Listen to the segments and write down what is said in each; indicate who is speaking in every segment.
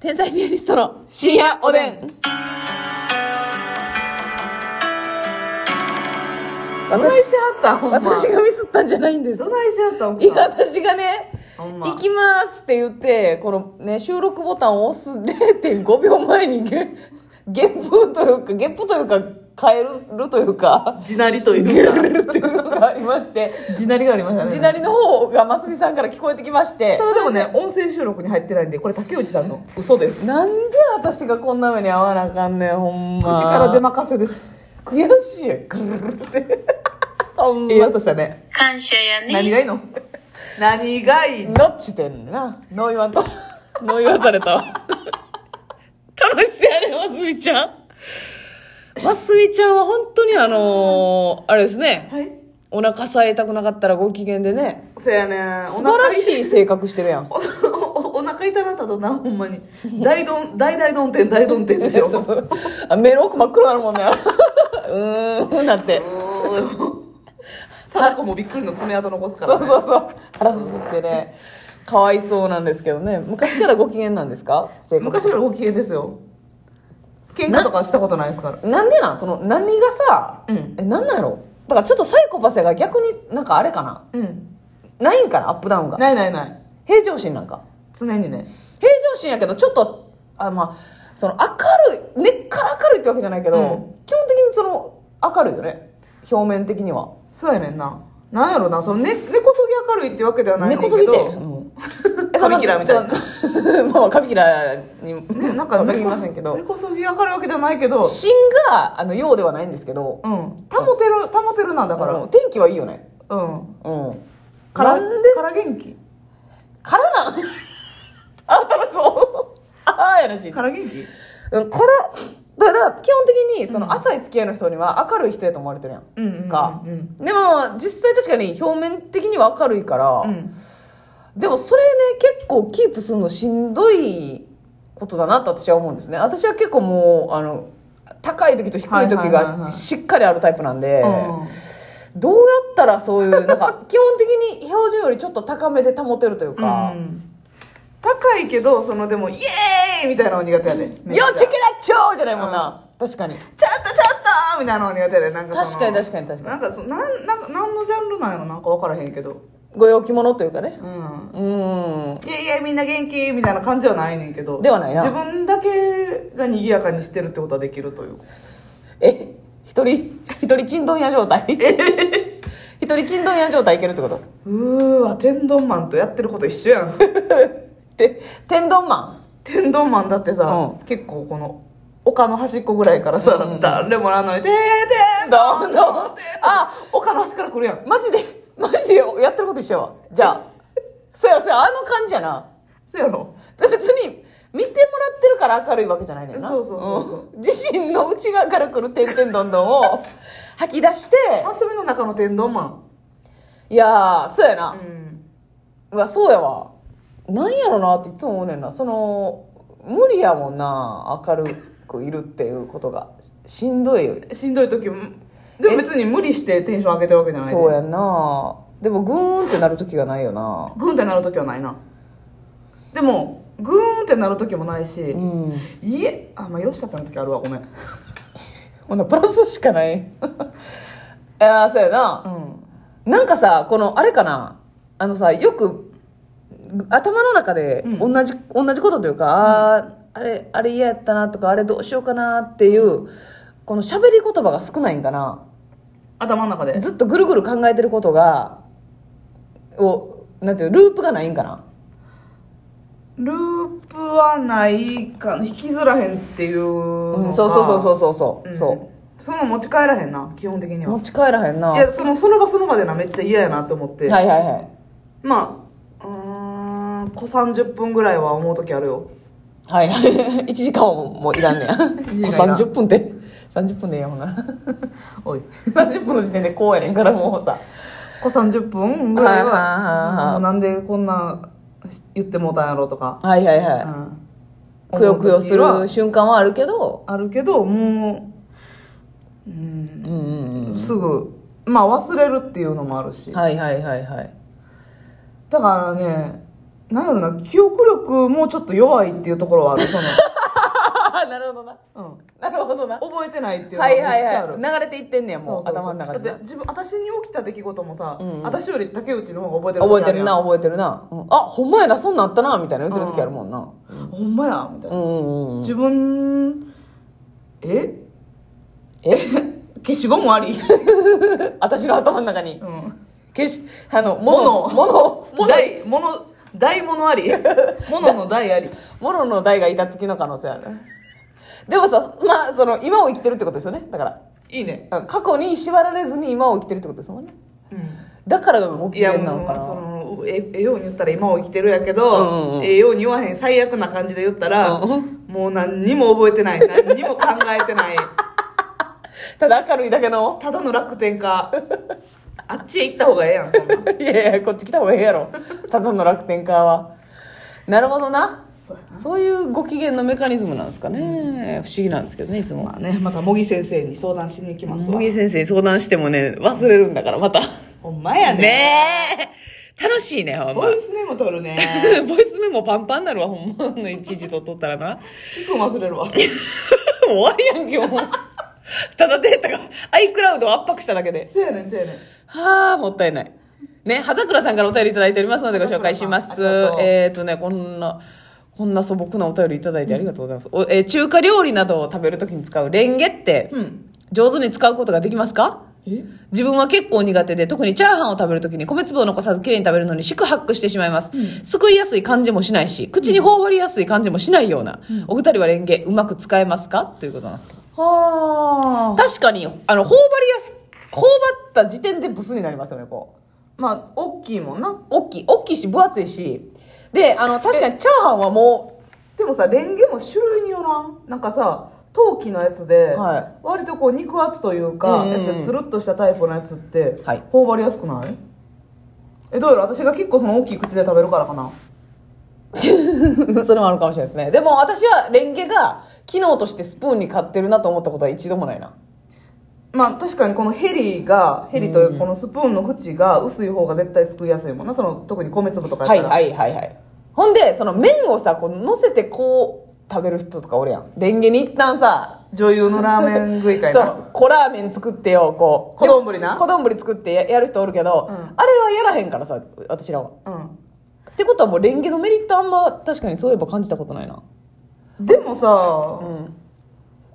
Speaker 1: 天才ピアニストの
Speaker 2: 深夜おでんどないしはったんほんま
Speaker 1: 私がミスったんじゃないんです
Speaker 2: どないしはったん
Speaker 1: いや
Speaker 2: 奥さん
Speaker 1: 私がね
Speaker 2: ほんま
Speaker 1: 行きますって言ってこのね収録ボタンを押す0.5秒前にゲゲップというかゲップというか変えるというか
Speaker 2: 地鳴りとい
Speaker 1: ゲ
Speaker 2: うか
Speaker 1: ルルっていうのがありまして
Speaker 2: 地鳴りがありましたね
Speaker 1: 地鳴りの方がますみさんから聞こえてきまして
Speaker 2: ただでもね音声収録に入ってないんでこれ竹内さんの嘘です
Speaker 1: なんで私がこんな目に遭わなあかんねんほんま
Speaker 2: 口から出まかせです
Speaker 1: 悔しいグルルルってほん
Speaker 2: ええ
Speaker 1: ま
Speaker 2: 音したね
Speaker 3: 感謝や
Speaker 2: 何
Speaker 3: ね
Speaker 2: がいいの何がいいの
Speaker 1: どっちてんねんなノー言わんとノー言わされたわ楽しそうやねますみちゃんますみちゃんは本当にあのーあれですね
Speaker 2: はい
Speaker 1: お腹さえたくなかったらご機嫌でね
Speaker 2: そやね
Speaker 1: 素晴らし
Speaker 2: い
Speaker 1: い性格してるやん
Speaker 2: お おお腹痛なったとなほんまに大どん大大どん天大どん天ですよ
Speaker 1: そうそうあ目の奥真っ黒なるもんねうーんなって
Speaker 2: 貞子もびっくりの爪痕残すか
Speaker 1: そ
Speaker 2: ら
Speaker 1: うそうそう腹すすってねかわいそうなんですけどね昔からご機嫌なんですか性格
Speaker 2: 昔からご機嫌ですよ喧嘩とかしたことないですから
Speaker 1: なんでなんその何がさ、
Speaker 2: うん
Speaker 1: えなんなんやろだからちょっとサイコパスやが逆になんかあれかな
Speaker 2: うん
Speaker 1: ないんかなアップダウンが
Speaker 2: ないないない
Speaker 1: 平常心なんか
Speaker 2: 常にね
Speaker 1: 平常心やけどちょっとあまあその明るい根っから明るいってわけじゃないけど、
Speaker 2: うん
Speaker 1: 基本的にその明るいよね表面的には
Speaker 2: そうやねんななんやろなそのね根こそぎ明るいってわけではないねん
Speaker 1: 猫
Speaker 2: け
Speaker 1: す
Speaker 2: ど
Speaker 1: ぎて、 うん、えその
Speaker 2: カビキラみたいな
Speaker 1: その まあまあカビキラに、
Speaker 2: ね、 なんか
Speaker 1: 限
Speaker 2: 根
Speaker 1: り
Speaker 2: こ
Speaker 1: ませんけど
Speaker 2: 根こそぎ明るいわけじゃないけど
Speaker 1: 芯があの陽ではないんですけど、
Speaker 2: うん保てる保てるなんだか
Speaker 1: あ
Speaker 2: ら
Speaker 1: の天気はいいよね
Speaker 2: うん
Speaker 1: うん
Speaker 2: か
Speaker 1: な
Speaker 2: ら
Speaker 1: ん
Speaker 2: から元気
Speaker 1: からなんあ楽しそうああやらしい
Speaker 2: から元気
Speaker 1: うんからだから基本的にその浅い付き合いの人には明るい人やと思われてるやん、
Speaker 2: うんうんうんうん
Speaker 1: か、でも実際確かに表面的には明るいから、
Speaker 2: うん
Speaker 1: でもそれね結構キープするのしんどいことだなと私は思うんですね私は結構もうあの高い時と低い時
Speaker 2: はいはいはいは
Speaker 1: が
Speaker 2: い
Speaker 1: しっかりあるタイプなんで、
Speaker 2: うん
Speaker 1: どうやったらそういうなんか基本的に標準よりちょっと高めで保てるというか
Speaker 2: う、ん高いけどそのでもイエーイみたいなの苦手やでよち
Speaker 1: よっチェケラッチョーじゃないもんな、確かに
Speaker 2: ちょっとちょっとみたいなの苦手やでなんかそ
Speaker 1: 確
Speaker 2: の
Speaker 1: かに確かに確かに
Speaker 2: なんかそなんなんか何のジャンルなんやろなんか分からへんけど
Speaker 1: ご陽気者というかね
Speaker 2: うん
Speaker 1: うん
Speaker 2: いやいやみんな元気みたいな感じはないねんけど
Speaker 1: ではないな
Speaker 2: 自分だけが賑やかにしてるってことはできるという
Speaker 1: え一人一人ちんどん屋状態一人ちんどん屋状態いけるってこと
Speaker 2: うーわ天丼マンとやってること一緒や ん
Speaker 1: で天丼マ
Speaker 2: 天丼マンだってさ、
Speaker 1: う
Speaker 2: 結構この丘の端っこぐらいからさ、誰もらわないでーで
Speaker 1: ン
Speaker 2: ー
Speaker 1: どんどんあ
Speaker 2: あ丘の端から来るやん
Speaker 1: マジでマジでやってること一緒やわじゃあそうやそうやあの感じやな
Speaker 2: せやろ
Speaker 1: 別に見てもらってるから明るいわけじゃないねんな
Speaker 2: そうそうそうそうん
Speaker 1: 自身の内側から来る「てんてんどんどん」を吐き出して
Speaker 2: マスミの中の天丼マ
Speaker 1: いやーそうやな、
Speaker 2: ンうん
Speaker 1: うわそうやわなんやろなっていつも思うねんなその無理やもんな明るくいるっていうことがししんどいよ
Speaker 2: しんどい時もでも別に無理してテンション上げてるわけじゃないで
Speaker 1: そうやんなでもグーンってなる時がないよな
Speaker 2: グーンってなる時はないなでもグーンってなる時もないし、
Speaker 1: うん
Speaker 2: いえあまあよっしゃったの時あるわごめんう
Speaker 1: ほんなプラスしかない いやーそうやなんなんかさこのあれかなあのさよくぐ頭の中で同じ、同じことというか、あーあれあれ嫌やったなとかあれどうしようかなっていうこの喋り言葉が少ないんかな
Speaker 2: 頭の中で
Speaker 1: ずっとぐるぐる考えてることがをなんていうループがないんかな
Speaker 2: ループはないかな引きずらへんっていうの
Speaker 1: う
Speaker 2: が、
Speaker 1: んそうそうそうそうそう
Speaker 2: うん
Speaker 1: そ
Speaker 2: その持ち帰らへんな基本的に
Speaker 1: う
Speaker 2: は
Speaker 1: 持ち帰らへんないはい
Speaker 2: やそのその場その場でなめっちゃ嫌やなと思って、
Speaker 1: はいは
Speaker 2: まあうーん小30分ぐらいは思う時あるよ
Speaker 1: いはいはい1 時間ももういらん ねや
Speaker 2: 時間いらん
Speaker 1: 30分で30分でいいやほんなら
Speaker 2: おい
Speaker 1: 30分の時点でこうやねんからもうさ
Speaker 2: 小30分ぐら
Speaker 1: はい
Speaker 2: い
Speaker 1: はいはいはい
Speaker 2: はもうなんでこんな言ってもうたんやろとか、
Speaker 1: はいはいうは
Speaker 2: ん
Speaker 1: いくよくよす
Speaker 2: 思う
Speaker 1: る
Speaker 2: 時
Speaker 1: 瞬間はあるけど
Speaker 2: はあるけどもう
Speaker 1: う
Speaker 2: う
Speaker 1: んんうんうん
Speaker 2: すぐ まあ忘れるっていうのもあるし、
Speaker 1: はいはいはいはい
Speaker 2: だからねなんやろな、記憶力もちょっと弱いっていうところはある。そ
Speaker 1: なるほどな。
Speaker 2: の、うん。
Speaker 1: なるほどな。
Speaker 2: 覚えてないっていうの
Speaker 1: は
Speaker 2: がめ
Speaker 1: い
Speaker 2: っち
Speaker 1: はい
Speaker 2: ゃあ
Speaker 1: は
Speaker 2: る。
Speaker 1: い。流れていってんねや、
Speaker 2: そ
Speaker 1: も
Speaker 2: う
Speaker 1: う。
Speaker 2: そうそう
Speaker 1: 頭の中
Speaker 2: だ
Speaker 1: で
Speaker 2: っ
Speaker 1: な
Speaker 2: て。自分私に起きた出来事もさ、
Speaker 1: うんうん
Speaker 2: 私より竹内の方が覚えてる
Speaker 1: 覚え
Speaker 2: 時あ
Speaker 1: てるな、覚えてるな。うんあ、ほんまやな、そんなんあったな、みたいな言ってる時あるもんな。
Speaker 2: やんほんまやみたいうな、
Speaker 1: んうんうん。
Speaker 2: 自分え
Speaker 1: え
Speaker 2: 消しゴムあり、
Speaker 1: 私の頭の中に。
Speaker 2: うん、
Speaker 1: 消し、あの、もの、
Speaker 2: も
Speaker 1: もの、もの、
Speaker 2: 大物大物あり 物の大あり
Speaker 1: ものの代が板付きの可能性ある。でもさ、まあ、その、今を生きてるってことですよね。だか
Speaker 2: いいね、
Speaker 1: ら、うん過去に縛られずに今を生きてるってことですもんね。
Speaker 2: うん、
Speaker 1: だから起
Speaker 2: い
Speaker 1: き
Speaker 2: や
Speaker 1: てんな
Speaker 2: も
Speaker 1: のか
Speaker 2: う
Speaker 1: な。
Speaker 2: そのえええように言ったら今を生きてるやけど、
Speaker 1: うんうんうん
Speaker 2: ええように言わへん最悪な感じで言ったら、
Speaker 1: うんう
Speaker 2: もう何にも覚えてない何にも考えてない
Speaker 1: ただ明るいだけの。
Speaker 2: ただの楽天家あっちへ行った方がええやんそんなん
Speaker 1: いやいや、こっち来た方がええやろ。ただの楽天家は。なるほどな。
Speaker 2: そうや
Speaker 1: そういうご機嫌のメカニズムなんですかね。不思議なんですけどね、いつも。
Speaker 2: まあねまた茂木先生に相談しに行きますわ
Speaker 1: 麦先生に相談してもね、忘れるんだから、また。
Speaker 2: ほんまやね
Speaker 1: ねえ。楽しいね、ほんま
Speaker 2: ボ。イスメモ取る ね
Speaker 1: ボイスメモパンパンになるわ、ほんまの一時と取ったらな。も
Speaker 2: 聞くん忘れるわ
Speaker 1: う終わりやんけ、もう。ただデータが iCloud を圧迫しただけで。
Speaker 2: そうやねんそうやねん
Speaker 1: はあ、もったいない。ね、葉桜さんからお便りいただいておりますのでご紹介しま
Speaker 2: 葉
Speaker 1: す
Speaker 2: 桜さんありが。とう
Speaker 1: えっ、とね、こんな、こんな素朴なお便りいただいてありがとうございます。おえー中華料理などを食べるときに使うレンゲって、
Speaker 2: うん
Speaker 1: 上手に使うことができますか
Speaker 2: え
Speaker 1: 自分は結構苦手で、特にチャーハンを食べるときに米粒を残さずきれいに食べるのに四苦八苦してしまいます。すくいやすい感じもしないし、口に頬張りやすい感じもしないような。お二人はレンゲうまく使えますかということなんですけど。
Speaker 2: はあ
Speaker 1: 確かに、あの、頬張りやす、頬張った時点でブスになりますよね、こう。
Speaker 2: まあ大きいもんな
Speaker 1: 大きい、大きいし、分厚いし。で、あの、確かにチャーハンはも
Speaker 2: でもさレンゲも種類によらんなんかさ陶器のやつで、
Speaker 1: はい
Speaker 2: 割とこう肉厚というか、
Speaker 1: うんうんうん
Speaker 2: やつつるっとしたタイプのやつって、
Speaker 1: はい
Speaker 2: 頬張りやすくないえどうやら私が結構その大きい口で食べるからかな
Speaker 1: う、 それもあるかもしれないですね。でも私はレンゲが機能としてスプーンに買ってるなと思ったことは一度もないな。
Speaker 2: まあ確かにこのヘリがヘリというかこのスプーンの縁が薄い方が絶対すくいやすいもんなその特に米粒とかや
Speaker 1: は
Speaker 2: っ
Speaker 1: い
Speaker 2: たら、
Speaker 1: はいはいはいほんでその麺をさこう乗せてこう食べる人とかおるやんレンゲに一旦さ
Speaker 2: 女優のラーメン食い会
Speaker 1: そ
Speaker 2: な
Speaker 1: う小ラーメン作ってよこう
Speaker 2: 小丼な
Speaker 1: 小丼作ってややる人おるけど、
Speaker 2: うん
Speaker 1: あれはやらへんからさ私らは
Speaker 2: う
Speaker 1: ってことはもうレンゲのメリットあんま確かにそういえば感じたことない な
Speaker 2: んでもさ、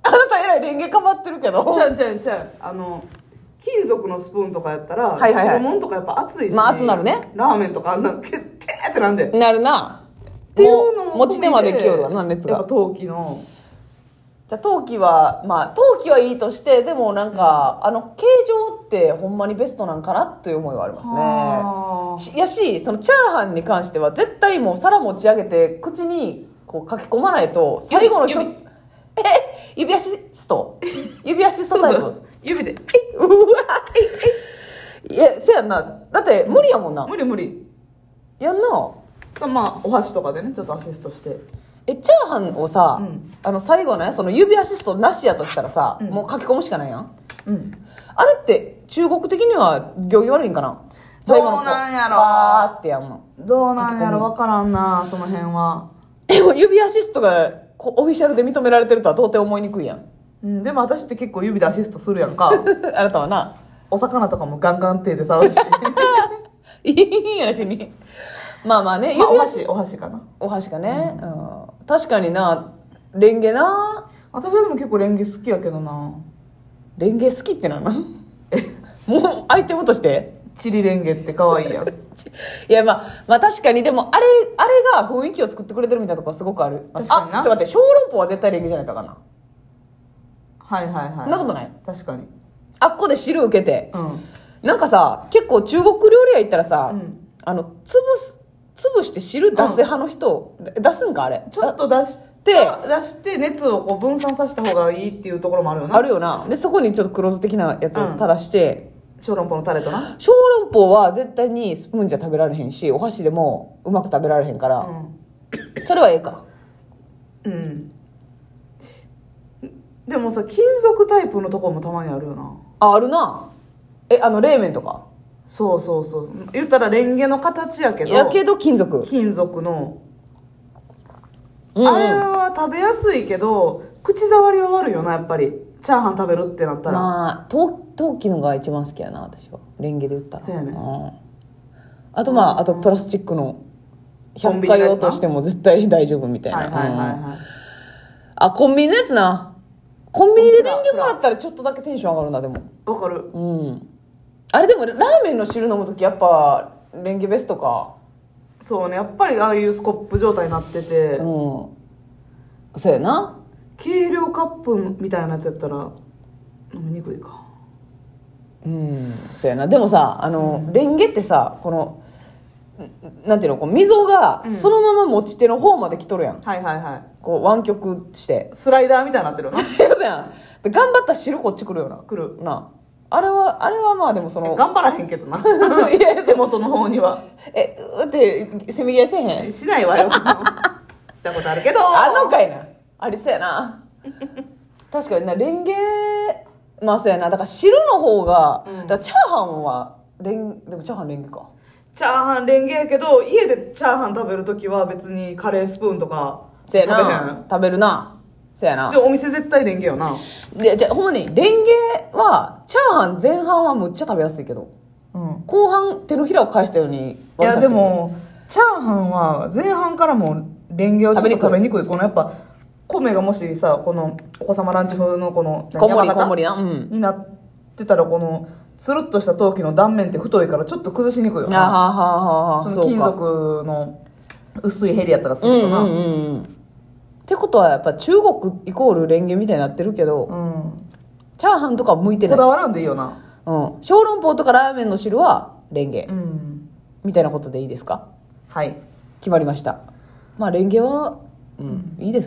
Speaker 1: あなたえらいレンゲかばってるけど
Speaker 2: ちゃうちゃうちゃうあの金属のスプーンとかやったら、
Speaker 1: はいはいはい
Speaker 2: 汁物とかやっぱ熱いし、
Speaker 1: まあ熱なるね
Speaker 2: ラーメンとかあんなけってーってなんで、っ
Speaker 1: なるな
Speaker 2: ていうの
Speaker 1: も
Speaker 2: も
Speaker 1: う持ち手まで来よるわな熱
Speaker 2: や
Speaker 1: が
Speaker 2: っぱ陶器の
Speaker 1: じゃあ陶器はまあ陶器はいいとしてでもなんか、あの形状ってほんまにベストなんかなっていう思いはありますね
Speaker 2: あー
Speaker 1: しやしそのチャーハンに関しては絶対もう皿持ち上げて口にこう書き込まないと最後の人
Speaker 2: 指
Speaker 1: え指アシスト指アシストタイプ
Speaker 2: そうそう指で
Speaker 1: うわいやせやんなだって無理やもんな
Speaker 2: 無理無理
Speaker 1: やんな
Speaker 2: まあお箸とかでねちょっとアシストして
Speaker 1: えチャーハンをさ、
Speaker 2: うん
Speaker 1: あの最後ねその指アシストなしやとしたらさ、
Speaker 2: うん
Speaker 1: もう書き込むしかないやん
Speaker 2: うん
Speaker 1: あれって中国的には行儀悪いんかな最後の
Speaker 2: どうなんやろ
Speaker 1: バーってやんの
Speaker 2: どうなんやろ分からんなその辺は、
Speaker 1: でも指アシストがこうオフィシャルで認められてるとは到底思いにくいやん
Speaker 2: うん、でも私って結構指でアシストするやんか
Speaker 1: あなたはな
Speaker 2: お魚とかもガンガン手で触るし、
Speaker 1: いいやしにまあまあね
Speaker 2: まあ、お
Speaker 1: 指アシ
Speaker 2: 箸お箸かな
Speaker 1: お箸かね、うん確かになレンゲな
Speaker 2: 私はでも結構レンゲ好きやけどな
Speaker 1: レンゲ好きってなんなん もうアイテムとして
Speaker 2: チリレンゲって可愛い やん
Speaker 1: ちいやまあまあ確かにでもあれあれが雰囲気を作ってくれてるみたいなとこはすごくあるあ
Speaker 2: 確かに
Speaker 1: あち
Speaker 2: な
Speaker 1: ょっと待って小籠包は絶対レンゲじゃないとあかんな
Speaker 2: はいはいは
Speaker 1: そ
Speaker 2: い
Speaker 1: んなことない
Speaker 2: 確かに
Speaker 1: あっこで汁受けて
Speaker 2: うん
Speaker 1: なんかさ結構中国料理屋行ったらさ、
Speaker 2: うん
Speaker 1: あの潰す潰して汁出す派の人、だ出すんかあれ
Speaker 2: ちょっと出してて出して熱をこう分散させた方がいいっていうところもあるよな
Speaker 1: あるよなでそこにちょっと黒酢的なやつを垂らして、
Speaker 2: 小籠包のタレとな
Speaker 1: 小籠包は絶対にスプーンじゃ食べられへんしお箸でもうまく食べられへんから、
Speaker 2: う
Speaker 1: それはええか
Speaker 2: ん、うん、でもさ金属タイプのところもたまにあるよな
Speaker 1: ああるなえあの冷麺とか
Speaker 2: そうそうそう言ったらレンゲの形やけど
Speaker 1: やけど金属。
Speaker 2: 金属の、
Speaker 1: うんうん
Speaker 2: あれは食べやすいけど口触りは悪いよなやっぱりチャーハン食べるってなったら、
Speaker 1: まあ陶陶器のが一番好きやな私はレンゲで言ったら
Speaker 2: そうやね
Speaker 1: んあとまああとプラスチックの
Speaker 2: コ
Speaker 1: 100
Speaker 2: ンビニの
Speaker 1: 回
Speaker 2: やつ
Speaker 1: 落
Speaker 2: な
Speaker 1: としても絶対大丈夫みたいな
Speaker 2: はいはいはい
Speaker 1: うん
Speaker 2: はい、
Speaker 1: あコンビニのやつなコンビニでレンゲもらったらちょっとだけテンション上がるなでも
Speaker 2: わかる
Speaker 1: うんあれでもラーメンの汁飲む時やっぱレンゲベストか
Speaker 2: そうねやっぱりああいうスコップ状態になってて、
Speaker 1: うんそうやな
Speaker 2: 軽量カップみたいなやつやったら飲みにくいか
Speaker 1: うんそうやなでもさあの、レンゲってさこのんなんていうのこう溝がそのまま持ち手の方まで来とるやん、
Speaker 2: はいはいはい
Speaker 1: こう湾曲して
Speaker 2: スライダーみたいになってるよ な
Speaker 1: そうやんで頑張ったら汁こっち来るよな
Speaker 2: 来る
Speaker 1: なああれはあれはまあでもその
Speaker 2: 頑張らへんけど な
Speaker 1: いやいや
Speaker 2: 手元の方には
Speaker 1: えうってせめぎ合いせえへん
Speaker 2: しない わよしたことあるけど
Speaker 1: あんのかいなありそうやな確かになレンゲまあそうやなだから汁の方が、だからチャーハンはレンでもチャーハンレンゲか
Speaker 2: チャーハンレンゲやけど家でチャーハン食べるときは別にカレースプーンとか
Speaker 1: そうや
Speaker 2: 食べへ
Speaker 1: なん食べるなそうやな
Speaker 2: でもお店絶対レンゲよな
Speaker 1: でじゃあほんまにレンゲはチャーハン前半はむっちゃ食べやすいけど
Speaker 2: うん
Speaker 1: 後半手のひらを返したように
Speaker 2: いや
Speaker 1: 悪さして
Speaker 2: で
Speaker 1: る
Speaker 2: もチャーハンは前半からもうレンゲをちょっと食べにくいこのやっぱ米がもしさこのお子様ランチ風のこの
Speaker 1: こんもり
Speaker 2: 山
Speaker 1: こ
Speaker 2: 形
Speaker 1: んもりなうん
Speaker 2: になってたらこのつるっとした陶器の断面って太いからちょっと崩しにくいよ
Speaker 1: あは
Speaker 2: な
Speaker 1: あはあはあそう
Speaker 2: その
Speaker 1: か
Speaker 2: 金属の薄いヘリやったらす
Speaker 1: う
Speaker 2: る
Speaker 1: ん
Speaker 2: と
Speaker 1: う
Speaker 2: なうん
Speaker 1: うんうんってことはやっぱ中国イコールレンゲみたいになってるけど、
Speaker 2: ん
Speaker 1: チャーハンとかは向いてな
Speaker 2: こ
Speaker 1: い
Speaker 2: だわらんでいいよな
Speaker 1: うん、小籠包とかラーメンの汁はレンゲ、
Speaker 2: うん
Speaker 1: みたいなことでいいですか
Speaker 2: はい
Speaker 1: 決まりましたまあレンゲは、うんいいですけど